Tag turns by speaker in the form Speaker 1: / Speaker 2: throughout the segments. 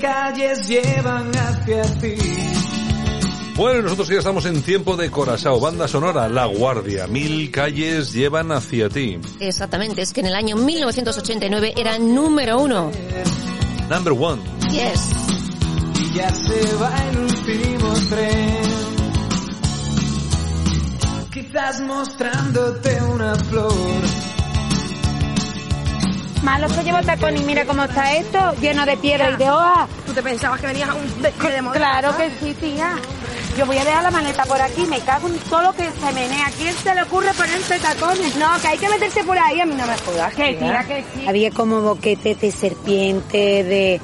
Speaker 1: calles llevan hacia ti.
Speaker 2: Bueno, nosotros ya estamos en tiempo de Corazao, banda sonora La Guardia, mil calles llevan hacia ti.
Speaker 3: Exactamente, es que en el año 1989 era número uno.
Speaker 2: Number one.
Speaker 3: Yes.
Speaker 1: Y ya se va el último tren. Quizás mostrándote una flor.
Speaker 4: Malo que llevo tacón y mira cómo está esto, lleno de piedra y de hojas.
Speaker 5: ¿Tú te pensabas que venías a un de, de moda,
Speaker 4: Claro
Speaker 5: ¿no?
Speaker 4: que sí, tía. Yo voy a dejar la maleta por aquí, me cago en todo lo que se menea. ¿A quién se le ocurre ponerse tacones? No, que hay que meterse por ahí, a mí no me jodas. Que tía, que sí. Había como boquetes de serpiente, de,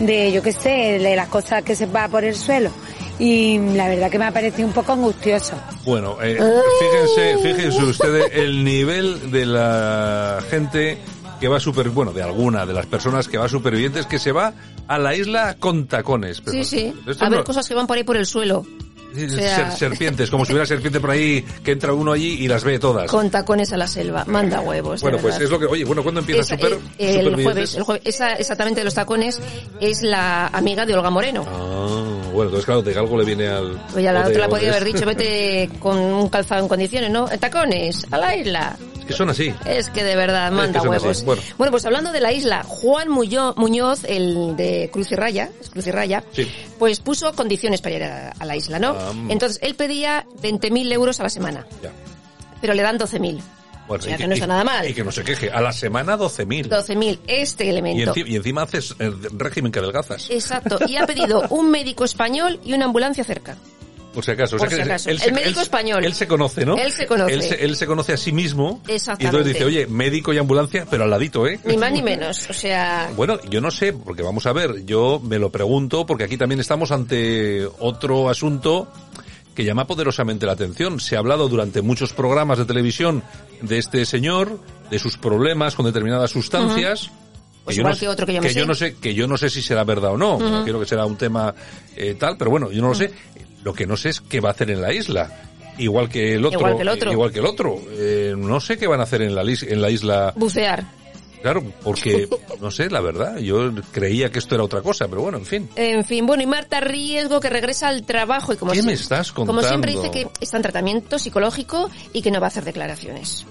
Speaker 4: de yo qué sé, de las cosas que se va por el suelo. Y la verdad que me ha parecido un poco angustioso.
Speaker 2: Bueno, eh, fíjense, fíjense ustedes el nivel de la gente que va super, bueno, de alguna de las personas que va supervivientes que se va a la isla con tacones. Pero
Speaker 3: Sí, sí.
Speaker 2: esto
Speaker 3: A ver
Speaker 2: no-
Speaker 3: cosas que van por ahí por el suelo.
Speaker 2: ser-
Speaker 3: sea-
Speaker 2: serpientes, como si hubiera serpiente por ahí que entra uno allí y las ve todas.
Speaker 3: Con tacones a la selva. Manda huevos. de
Speaker 2: Bueno, pues
Speaker 3: verdad.
Speaker 2: es lo que, oye, bueno, ¿cuándo empieza
Speaker 3: Esa-
Speaker 2: super,
Speaker 3: eh, el,
Speaker 2: Supervivientes?
Speaker 3: jueves, el jueves. Esa, exactamente de los tacones es la amiga de Olga Moreno.
Speaker 2: Ah, bueno, entonces claro, de algo le viene al...
Speaker 3: Pues ya la
Speaker 2: bote-
Speaker 3: otra la podía
Speaker 2: bote-
Speaker 3: haber dicho, vete con un calzado en condiciones, ¿no? En Tacones, a la isla.
Speaker 2: Es que son así.
Speaker 3: Es que de verdad,
Speaker 2: que
Speaker 3: manda
Speaker 2: son así.
Speaker 3: huevos.
Speaker 2: Bueno.
Speaker 3: pues hablando de la isla, Juan Muño- Muñoz, el de Cruz y Raya, es Cruz y Raya,
Speaker 2: Sí.
Speaker 3: pues puso condiciones para ir a, a la isla, ¿no?
Speaker 2: Ah.
Speaker 3: Entonces, él pedía 20.000 euros a la semana,
Speaker 2: Ya.
Speaker 3: pero le dan 12.000.
Speaker 2: Bueno,
Speaker 3: O sea,
Speaker 2: y
Speaker 3: que no está nada mal.
Speaker 2: Y que no se queje. A la semana 12.000.
Speaker 3: 12.000, este
Speaker 2: Y,
Speaker 3: elemento.
Speaker 2: enci- y encima haces el régimen que adelgazas.
Speaker 3: Exacto, y ha pedido un médico español y una ambulancia cerca.
Speaker 2: Por si acaso. O sea
Speaker 3: Por
Speaker 2: que
Speaker 3: si
Speaker 2: él-
Speaker 3: acaso.
Speaker 2: él se-
Speaker 3: El médico
Speaker 2: él-
Speaker 3: español.
Speaker 2: Él se conoce, ¿no?
Speaker 3: Él se conoce.
Speaker 2: Él se, él se conoce a sí mismo.
Speaker 3: Exactamente.
Speaker 2: Y entonces dice, oye, médico y ambulancia, pero al ladito, ¿eh?
Speaker 3: Ni más ni menos, o sea...
Speaker 2: Bueno, yo no sé, porque vamos a ver, yo me lo pregunto, porque aquí también estamos ante otro asunto que llama poderosamente la atención. Se ha hablado durante muchos programas de televisión de este señor, de sus problemas con determinadas sustancias.
Speaker 3: Pues
Speaker 2: yo
Speaker 3: igual
Speaker 2: no
Speaker 3: que
Speaker 2: sé-
Speaker 3: otro que yo me sé.
Speaker 2: no sé que yo no sé si será verdad o no no quiero que será un tema eh, tal pero bueno yo no lo sé lo que no sé es qué va a hacer en la isla igual que el otro
Speaker 3: Igual que el otro.
Speaker 2: eh, igual que el otro. Eh, no sé qué van a hacer en la lis- en la isla
Speaker 3: Bucear.
Speaker 2: Claro, porque, no sé, la verdad, yo creía que esto era otra cosa, pero bueno, en fin.
Speaker 3: En fin, bueno, y Marta Riesgo que regresa al trabajo y como
Speaker 2: ¿Qué
Speaker 3: si-
Speaker 2: me estás
Speaker 3: Como siempre
Speaker 2: contando?
Speaker 3: dice que está en tratamiento psicológico y que no va a hacer declaraciones.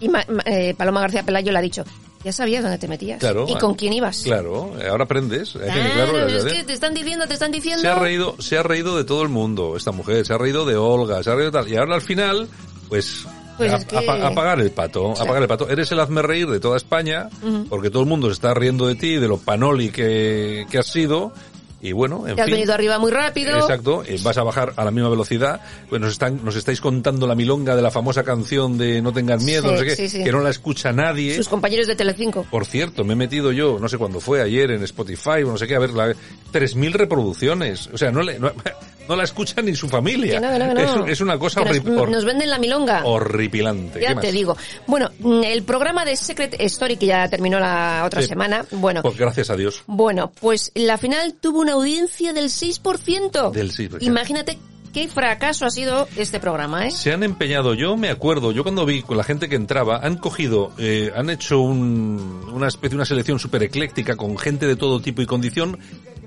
Speaker 3: Y Ma- Ma- eh, Paloma García Pelayo le ha dicho, ya sabías dónde te metías
Speaker 2: Claro.
Speaker 3: y con quién ibas.
Speaker 2: Claro, ahora aprendes. hay que-
Speaker 3: Claro,
Speaker 2: claro,
Speaker 3: es
Speaker 2: ¿eh?
Speaker 3: que te están diciendo, te están diciendo...
Speaker 2: se ha reído, se ha reído de todo el mundo, esta mujer, se ha reído de Olga, se ha reído de tal. Y ahora al final, pues,
Speaker 3: Pues
Speaker 2: a-
Speaker 3: es que-
Speaker 2: a pa- a pagar el pato, a pagar el pato. Eres el hazme reír de toda España, porque todo el mundo se está riendo de ti, de lo panoli que, que has sido. Y bueno, en
Speaker 3: Te has
Speaker 2: fin.
Speaker 3: venido arriba muy rápido.
Speaker 2: Exacto, eh, vas a bajar a la misma velocidad. Pues nos están, nos estáis contando la milonga de la famosa canción de No tengas miedo,
Speaker 3: Sí,
Speaker 2: no sé qué,
Speaker 3: sí, sí.
Speaker 2: que no la escucha nadie.
Speaker 3: Sus compañeros de Telecinco.
Speaker 2: Por cierto, me he metido yo, no sé cuándo fue, ayer en Spotify o no sé qué, a ver, la- 3.000 reproducciones. O sea, no, le- no, no la escucha ni su familia.
Speaker 3: Que no, que no, que no.
Speaker 2: Es, es una cosa
Speaker 3: Que nos,
Speaker 2: horri- hor-
Speaker 3: nos venden la milonga.
Speaker 2: horripilante. ¿Qué
Speaker 3: Ya
Speaker 2: más?
Speaker 3: te digo. Bueno, mm, el programa de Secret Story que ya terminó la otra
Speaker 2: Sí.
Speaker 3: semana. Bueno,
Speaker 2: Pues gracias a Dios.
Speaker 3: Bueno, pues la final tuvo una audiencia del 6%.
Speaker 2: Del pues 6%.
Speaker 3: Imagínate qué fracaso ha sido este programa, ¿eh?
Speaker 2: Se han empeñado, yo me acuerdo, yo cuando vi con la gente que entraba, han cogido, eh, han hecho un- una especie, una selección súper ecléctica con gente de todo tipo y condición,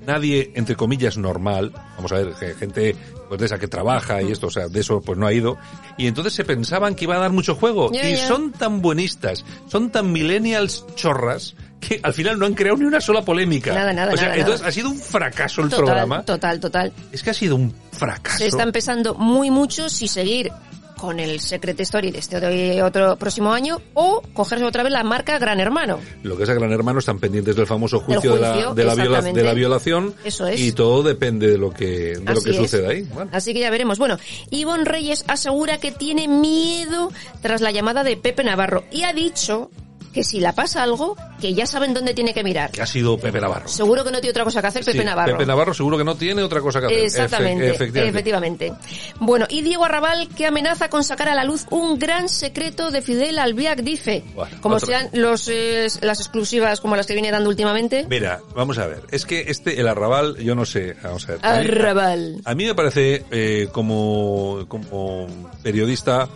Speaker 2: nadie, entre comillas, normal, vamos a ver, ge- gente pues de esa que trabaja y esto, o sea, de eso pues no ha ido, y entonces se pensaban que iba a dar mucho juego,
Speaker 3: Ya,
Speaker 2: y
Speaker 3: ya.
Speaker 2: son tan buenistas, son tan millennials chorras, que al final no han creado ni una sola polémica.
Speaker 3: Nada, nada,
Speaker 2: O sea,
Speaker 3: nada,
Speaker 2: entonces
Speaker 3: nada.
Speaker 2: ha sido un fracaso el
Speaker 3: Total,
Speaker 2: programa.
Speaker 3: total, total.
Speaker 2: Es que ha sido un fracaso.
Speaker 3: Se están pensando muy mucho si seguir con el Secret Story de este de otro próximo año o cogerse otra vez la marca Gran Hermano.
Speaker 2: Lo que es a Gran Hermano están pendientes del famoso juicio,
Speaker 3: Del
Speaker 2: de, la,
Speaker 3: juicio,
Speaker 2: de, la viola-
Speaker 3: exactamente.
Speaker 2: de la violación.
Speaker 3: Eso es.
Speaker 2: Y todo depende de lo que, de lo
Speaker 3: Así
Speaker 2: que
Speaker 3: es.
Speaker 2: suceda ahí. Bueno,
Speaker 3: Así que ya veremos. Bueno, Ivonne Reyes asegura que tiene miedo tras la llamada de Pepe Navarro y ha dicho que si la pasa algo, que ya saben dónde tiene que mirar.
Speaker 2: que ha sido Pepe Navarro.
Speaker 3: Seguro que no tiene otra cosa que hacer Pepe
Speaker 2: Sí,
Speaker 3: Navarro.
Speaker 2: Pepe Navarro seguro que no tiene otra cosa que hacer.
Speaker 3: Exactamente,
Speaker 2: Efe-
Speaker 3: efectivamente.
Speaker 2: efectivamente.
Speaker 3: Bueno, y Diego Arrabal que amenaza con sacar a la luz un gran secreto de Fidel Albiac, dice.
Speaker 2: Bueno,
Speaker 3: como
Speaker 2: otra.
Speaker 3: sean los, eh, las exclusivas como las que viene dando últimamente.
Speaker 2: Mira, vamos a ver. Es que este, el arrabal, yo no sé. Vamos a ver. A mí-
Speaker 3: Arrabal.
Speaker 2: A mí me parece, eh, como, como periodista,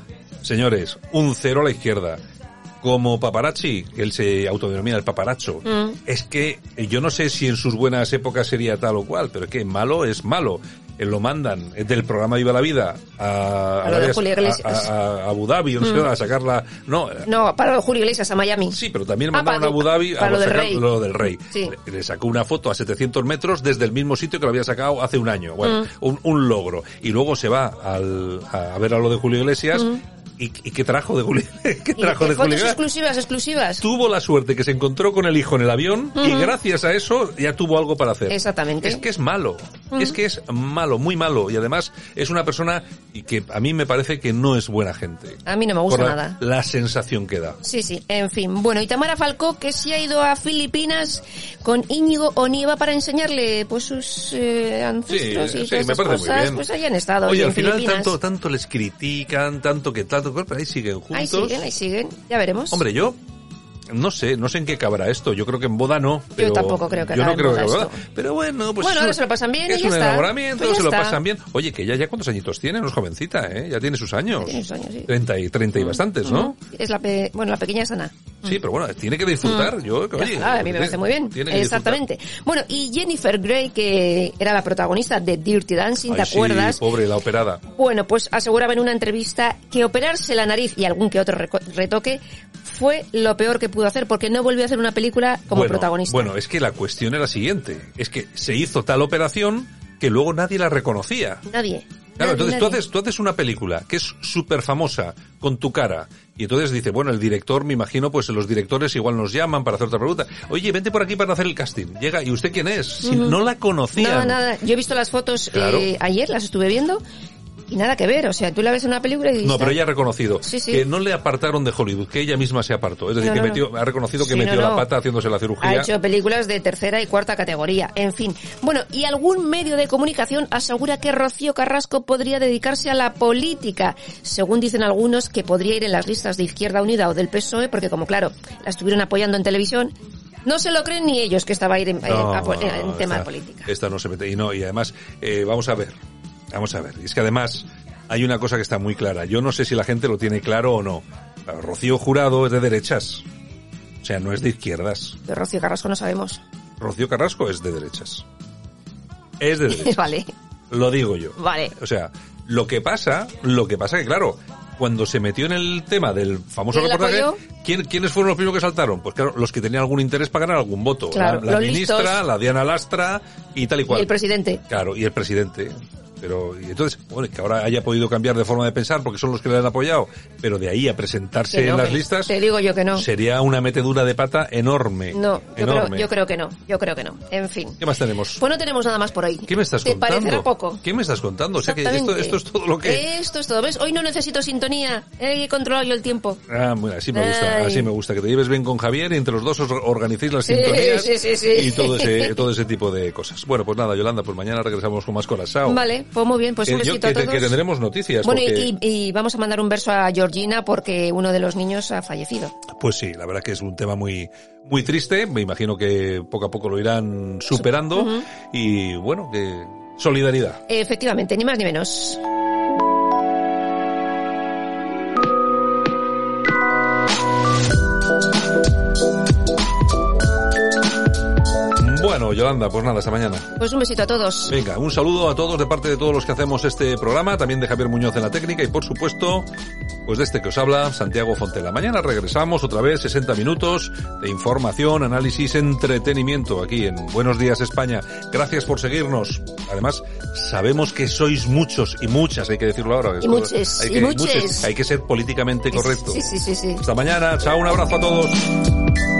Speaker 2: señores, un cero a la izquierda. Como paparazzi, que él se autodenomina el paparacho.
Speaker 3: Mm.
Speaker 2: Es que eh, yo no sé si en sus buenas épocas sería tal o cual, pero es que malo es malo. Eh, Lo mandan eh, del programa Viva la Vida a,
Speaker 3: A lo de
Speaker 2: Arabia-
Speaker 3: Julio Iglesias. Mm.
Speaker 2: a- a- a Abu Dhabi, no sé, a sacarla. No,
Speaker 3: No, para lo de Julio Iglesias a Miami.
Speaker 2: Sí, pero también
Speaker 3: Ah,
Speaker 2: mandaron
Speaker 3: para-
Speaker 2: a Abu Dhabi a
Speaker 3: para lo del
Speaker 2: sacar
Speaker 3: rey.
Speaker 2: lo del rey.
Speaker 3: Sí.
Speaker 2: Le- Le sacó una foto a 700 metros desde el mismo sitio que lo había sacado hace un año. Bueno,
Speaker 3: Mm.
Speaker 2: un, un logro. Y luego se va al, a ver a lo de Julio Iglesias. ¿Y, y qué trajo de Julio, ¿Qué
Speaker 3: Mm. Y de-
Speaker 2: trajo de Julio
Speaker 3: fotos
Speaker 2: Iglesias?
Speaker 3: exclusivas, exclusivas.
Speaker 2: Tuvo la suerte que se encontró con el hijo en el avión y gracias a eso ya tuvo algo para hacer.
Speaker 3: Exactamente.
Speaker 2: Es que es malo. Es que es malo, muy malo. Y además es una persona y que a mí me parece que no es buena gente.
Speaker 3: A mí no me gusta
Speaker 2: Por la-
Speaker 3: nada.
Speaker 2: La sensación que da.
Speaker 3: Sí, sí, en fin. Bueno, y Tamara Falcó, que se ha ido a Filipinas con Íñigo Onieva para enseñarle pues sus eh, ancestros y todas esas cosas. Pues ahí han estado. y
Speaker 2: Oye,
Speaker 3: en
Speaker 2: al final
Speaker 3: Filipinas.
Speaker 2: tanto, tanto les critican, tanto que tanto, pero ahí siguen juntos.
Speaker 3: Ahí siguen, ahí siguen. Ya veremos.
Speaker 2: Hombre, yo no sé, no sé en qué acabará esto. Yo creo que en boda no. Pero
Speaker 3: tampoco creo que
Speaker 2: Yo no
Speaker 3: acabe en
Speaker 2: creo que
Speaker 3: boda
Speaker 2: acabe en
Speaker 3: esto.
Speaker 2: boda. Pero bueno, pues.
Speaker 3: Bueno,
Speaker 2: es
Speaker 3: ahora
Speaker 2: un-
Speaker 3: se lo pasan bien
Speaker 2: Es
Speaker 3: y ya
Speaker 2: un
Speaker 3: está.
Speaker 2: enamoramiento,
Speaker 3: Pues ya
Speaker 2: se lo
Speaker 3: está.
Speaker 2: pasan bien. Oye, que ya, ya cuántos añitos tiene, no es jovencita, ¿eh? Ya tiene sus años.
Speaker 3: tiene sus años, sí. Mm,
Speaker 2: 30 y, 30 y bastantes, ¿no?
Speaker 3: Es la pe- bueno, la pequeña sana.
Speaker 2: Sí, pero bueno, tiene que disfrutar. Yo, que, oye,
Speaker 3: Ah, a mí me
Speaker 2: tiene-
Speaker 3: parece muy bien.
Speaker 2: tiene que
Speaker 3: Exactamente. Bueno, y Jennifer Grey, que era la protagonista de Dirty Dancing,
Speaker 2: disfrutar.
Speaker 3: ¿te
Speaker 2: Ay, sí,
Speaker 3: acuerdas?
Speaker 2: pobre, la operada.
Speaker 3: Bueno, pues aseguraba en una entrevista que operarse la nariz y algún que otro reco- retoque fue lo peor que pudo hacer porque no volvió a hacer una película como
Speaker 2: bueno,
Speaker 3: protagonista.
Speaker 2: Bueno, eh. es que la cuestión era la siguiente. Es que se hizo tal operación que luego nadie la reconocía.
Speaker 3: Nadie.
Speaker 2: Claro,
Speaker 3: Nadie,
Speaker 2: entonces tú
Speaker 3: nadie.
Speaker 2: haces, tú haces una película que es súper famosa con tu cara y entonces dice, bueno, el director, me imagino, pues los directores igual nos llaman para hacer otra pregunta. Oye, vente por aquí para hacer el casting. Llega, ¿y usted quién es? Si No la conocían.
Speaker 3: Nada, nada. Yo he visto las fotos
Speaker 2: Claro.
Speaker 3: eh, ayer, las estuve viendo y nada que ver. O sea, tú la ves en una película y dices,
Speaker 2: No, pero ella ha reconocido
Speaker 3: Sí, sí.
Speaker 2: que no le apartaron de Hollywood, que ella misma se apartó. Es decir,
Speaker 3: No,
Speaker 2: que
Speaker 3: no,
Speaker 2: metió-
Speaker 3: no.
Speaker 2: ha reconocido que
Speaker 3: Sí,
Speaker 2: metió
Speaker 3: no,
Speaker 2: la
Speaker 3: no.
Speaker 2: pata haciéndose la cirugía.
Speaker 3: Ha hecho películas de tercera y cuarta categoría, en fin. Bueno, y algún medio de comunicación asegura que Rocío Carrasco podría dedicarse a la política, según dicen algunos que podría ir en las listas de Izquierda Unida o del PSOE, porque como claro, la estuvieron apoyando en televisión, no se lo creen ni ellos que estaba a ir en,
Speaker 2: No,
Speaker 3: en- a po- en tema de
Speaker 2: esta-
Speaker 3: política.
Speaker 2: Esta no se mete. Y no, y además, eh, vamos a ver. Vamos a ver. Y es que además, hay una cosa que está muy clara. Yo no sé si la gente lo tiene claro o no. Claro, Rocío Jurado es de derechas. O sea, no es de izquierdas.
Speaker 3: De Rocío Carrasco no sabemos.
Speaker 2: Rocío Carrasco es de derechas. Es de derechas.
Speaker 3: vale,
Speaker 2: Lo digo yo.
Speaker 3: vale.
Speaker 2: O sea, lo que pasa, lo que pasa que claro, cuando se metió en el tema del famoso
Speaker 3: ¿Quién la
Speaker 2: reportaje,
Speaker 3: apoyó?
Speaker 2: ¿quién- ¿quiénes fueron los primeros que saltaron? Pues claro, los que tenían algún interés para ganar algún voto.
Speaker 3: Claro,
Speaker 2: la la
Speaker 3: los
Speaker 2: ministra,
Speaker 3: listos.
Speaker 2: la Diana Lastra y tal y cual.
Speaker 3: Y el presidente.
Speaker 2: Claro, y el presidente. Pero, y entonces, bueno, que ahora haya podido cambiar de forma de pensar porque son los que le han apoyado, pero de ahí a presentarse
Speaker 3: Que no,
Speaker 2: en las
Speaker 3: que-
Speaker 2: listas
Speaker 3: Te digo yo que no.
Speaker 2: sería una metedura de pata enorme.
Speaker 3: No, yo creo,
Speaker 2: enorme.
Speaker 3: yo creo que no. Yo creo que no. En fin.
Speaker 2: ¿Qué más tenemos?
Speaker 3: Pues no tenemos nada más por hoy.
Speaker 2: ¿Qué me estás
Speaker 3: ¿Te
Speaker 2: contando?
Speaker 3: parecerá poco?
Speaker 2: ¿Qué me estás contando? O sea que esto,
Speaker 3: Exactamente.
Speaker 2: esto es todo lo que...
Speaker 3: Esto es todo. ¿Ves? Hoy no necesito sintonía. He controlado yo el tiempo.
Speaker 2: Ah, bueno, así me gusta,
Speaker 3: Ay.
Speaker 2: así me gusta, que te lleves bien con Javier y entre los dos os organicéis las
Speaker 3: Sí,
Speaker 2: sintonías
Speaker 3: sí, sí, sí.
Speaker 2: y todo ese, todo ese tipo de cosas. Bueno, pues nada, Yolanda, pues mañana regresamos con más corazón.
Speaker 3: Vale, pues muy bien. Pues
Speaker 2: que,
Speaker 3: un
Speaker 2: Eh, yo-
Speaker 3: besito
Speaker 2: que
Speaker 3: a
Speaker 2: te-
Speaker 3: todos.
Speaker 2: que tendremos noticias.
Speaker 3: bueno, y-
Speaker 2: porque-
Speaker 3: y, y vamos a mandar un verso a Georgina porque uno de los niños ha fallecido.
Speaker 2: Pues sí, la verdad que es un tema muy, muy triste. Me imagino que poco a poco lo irán superando. Y bueno, que solidaridad.
Speaker 3: Efectivamente, ni más ni menos.
Speaker 2: Bueno, Yolanda, pues nada, hasta mañana.
Speaker 3: Pues un besito a todos.
Speaker 2: Venga, un saludo a todos de parte de todos los que hacemos este programa, también de Javier Muñoz en la técnica y por supuesto, pues de este que os habla, Santiago Fontela. Mañana regresamos otra vez, 60 minutos de información, análisis, entretenimiento aquí en Buenos Días España. Gracias por seguirnos. Además, sabemos que sois muchos y muchas, hay que decirlo ahora. Esto-
Speaker 3: muches,
Speaker 2: hay
Speaker 3: y
Speaker 2: que,
Speaker 3: muches.
Speaker 2: Hay que ser políticamente correcto.
Speaker 3: Sí, sí, sí, sí.
Speaker 2: Hasta mañana, chao, un abrazo a todos.